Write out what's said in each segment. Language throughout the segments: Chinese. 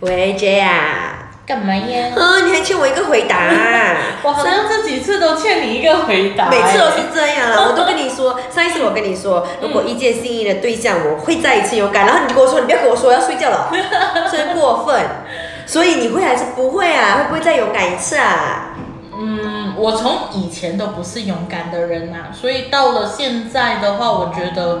喂，J 啊，干嘛 呀？嗯，你还欠我一个回答、啊 我好像这几次都欠你一个回答、每次都是这样 啊！我都跟你说，上一次我跟你说，如果遇见心仪的对象，我会再一次勇敢。然后你就跟我说，你不要跟我说我要睡觉 了，真过分。所以你会还是不会啊？会不会再勇敢一次啊？嗯，我从以前都不是勇敢的人呐、所以到了现在的话，我觉得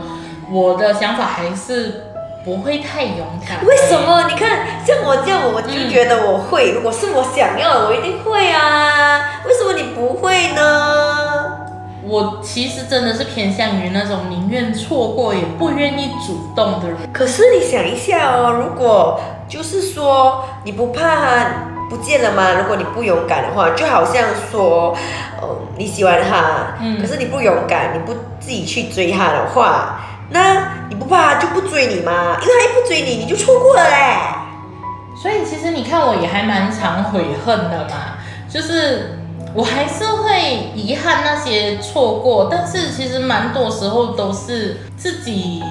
我的想法还是不会太勇敢。为什？么？你看，像我这样，我就觉得我会。如果是我想要的，我一定会啊。为什么你不会呢？我其实真的是偏向于那种宁愿错过也不愿意主动的人。可是你想一下哦，如果就是说你不怕不见了吗？如果你不勇敢的话，就好像说，嗯，你喜欢他，嗯可是你不勇敢，你不自己去追他的话，那你不怕他就不追你吗？因为他一不追你，你就错过了嘞。所以其实你看，我也还蛮常悔恨的嘛，就是我还是会遗憾那些错过，但是其实蛮多时候都是自己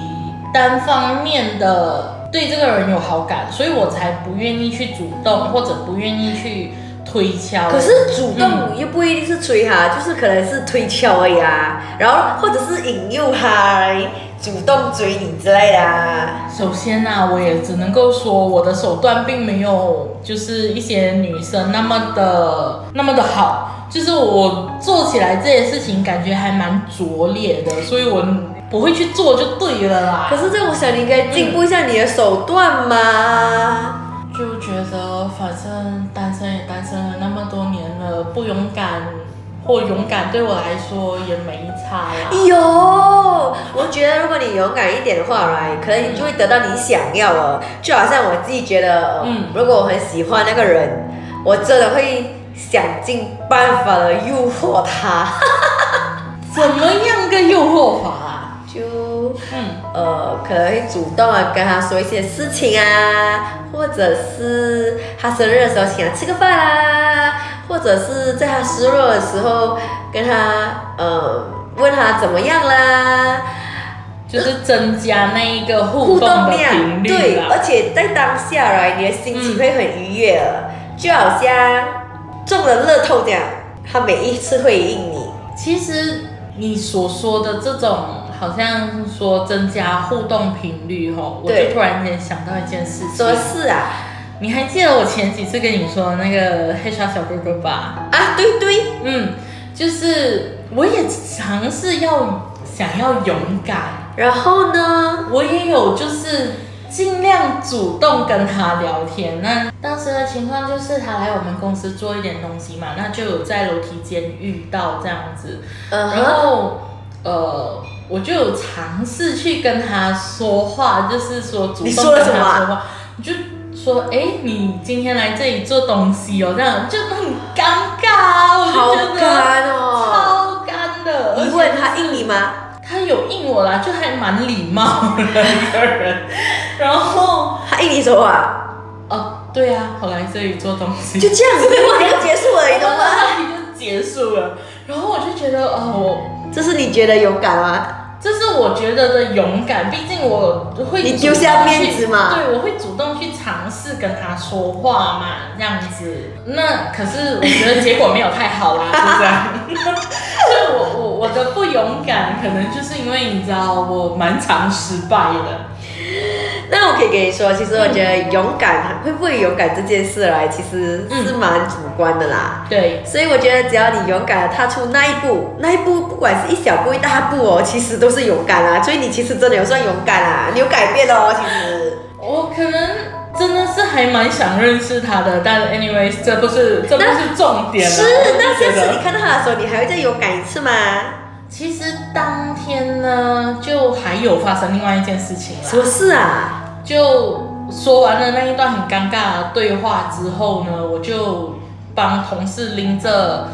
单方面的对这个人有好感，所以我才不愿意去主动或者不愿意去推敲。可是主动又不一定是追他，就是可能是推敲而已啊，然后或者是引诱他来主动追你之类的啊。首先呢、我也只能够说我的手段并没有就是一些女生那么的那么的好，就是我做起来这些事情感觉还蛮拙劣的，所以我不会去做就对了啦可。是这样，我想你应该进步一下你的手段嘛。就觉得反正单身也单身了那么多年了，不勇敢或勇敢对我来说也没差啦。有，我觉得如果你勇敢一点的话来，可能你就会得到你想要的。就好像我自己觉得，嗯嗯，如果我很喜欢那个人，我真的会想尽办法的诱惑他，怎么样个诱惑法啊？就嗯，呃，可能会主动的跟他说一些事情啊，或者是他生日的时候请他吃个饭啊，或者是在他失落的时候跟他呃问他怎么样啦，就是增加那一个互互动动的量频率对，啦。而且在当下来，你的心情嗯会很愉悦了，就好像中了乐透这样，他每一次会应你，其实你所说的这种，好像说增加互动频率吼，我对就突然间想到一件事说情。是啊你还记得我前几次跟你说的那个黑沙小哥哥吧？啊，对对，嗯，就是我也尝试要想要勇敢，然后呢？我也有就是尽量主动跟他聊天。那当时的情况就是他来我们公司做一点东西嘛，那就有在楼梯间遇到这样子。嗯然哼，后呃，我就有尝试去跟他说话，就是说主你动说了跟他什么啊说话，你就说哎、诶你今天来这里做东西哦，这样就很尴尬啊，我好就觉得干哦。超干的。而你且问他应你吗？他有应我啦，就还蛮礼貌的一个人。然后他应你什么啊？哦，对啊，我来这里做东西，就这样子，我要结束了，你 懂吗？话题就结束了。然后我就觉得哦，我这是你觉得勇敢吗？这是我觉得的勇敢，毕竟我会你主动丢下面子嘛去对，我会主动去尝试跟他说话嘛，这样子。那可是我觉得结果没有太好啦， 就这样。所以我我我的不勇敢，可能就是因为你知道我蛮常失败的。那我可以跟你说，其实我觉得勇敢会不会勇敢这件事来，其实是蛮主观的啦。对，所以我觉得，只要你勇敢的踏出那一步，那一步不管是一小步一大步哦，其实都是勇敢啦。所以你其实真的有算勇敢啦，你有改变哦，其实。我可能真的是还蛮想认识他的，但 anyways，这不是这不是重点啦是，那我就下觉得次你看到他的时候，你还会再勇敢一次吗？其实当天呢，就还有发生另外一件事情什么啦。事啊？就说完了那一段很尴尬的对话之后呢，我就帮同事拎着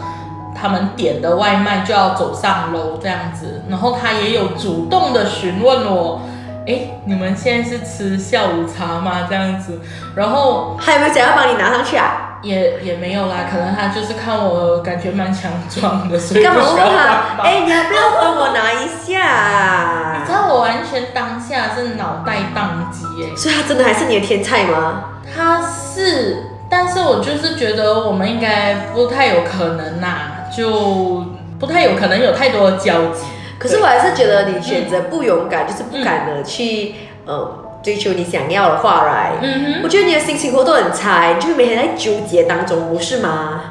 他们点的外卖就要走上楼这样子，然后他也有主动的询问我，诶，你们现在是吃下午茶吗？这样子，然后还有没有想要帮你拿上去啊？也也没有啦，可能他就是看我感觉蛮强壮的，所以你干嘛就需问要他帮？ 忙哎、你还不要帮我拿一你知 下？道我完全当下是脑袋宕机耶，所以他真的还是你的天菜吗？他是是，但是我就是觉得我们应该不太有可能呐、就不太有可能有太多的交集。可是我还是觉得你选择不勇敢，就是不敢的去呃追求你想要的话来。嗯我哼，觉得你的心情活动很差，你就是每天在纠结当中，不是吗？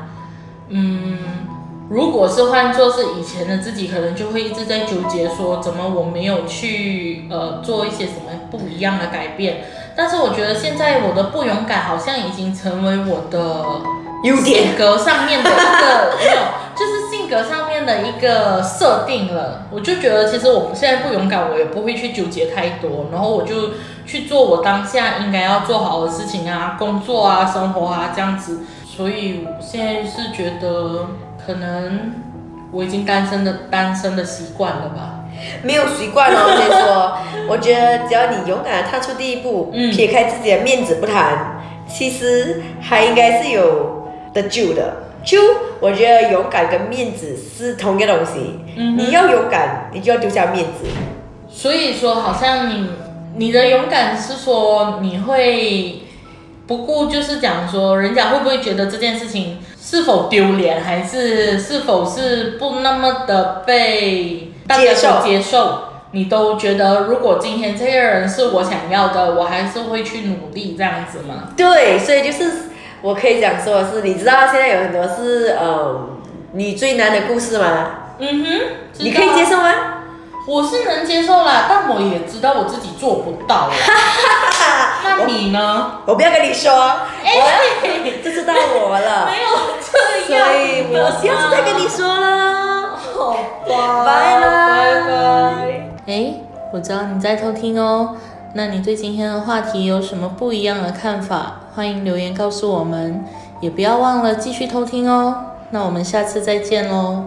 嗯，如果是换做是以前的自己，可能就会一直在纠结说，怎么我没有去呃做一些什么不一样的改变。但是我觉得现在我的不勇敢好像已经成为我的优点性格上面的一个没有，就是性格上面的一个设定了。我就觉得，其实我现在不勇敢，我也不会去纠结太多，然后我就去做我当下应该要做好的事情啊，工作啊，生活啊这样子。所以我现在是觉得，可能我已经单身的单身的习惯了吧。没有习 惯哦。我先说，我觉得只要你勇敢的踏出第一步，嗯撇开自己的面子不谈，其实还应该是有的救的。就我觉得勇敢跟面子是同一个东西，嗯哼你要勇敢，你就要丢下面子。所以说，好像你你的勇敢是说你会不顾，就是讲说人家会不会觉得这件事情是否丢脸，还是是否是不那么的被大家接受所接受，你都觉得如果今天这个人是我想要的，我还是会去努力这样子吗？对，所以就是我可以讲说的是，你知道现在有很多是嗯女追男的故事吗？嗯哼，知道啊你可以接受吗？我是能接受啦，但我也知道我自己做不到 啦。那你呢？我不要跟你说，啊我哎要 这是到我 了，没有这所样，以我下次再跟你。说啦，好吧，拜啦，拜拜。。哎，我知道你在偷听哦。那你对今天的话题有什么不一样的看法？欢迎留言告诉我们，也不要忘了继续偷听哦。那我们下次再见喽。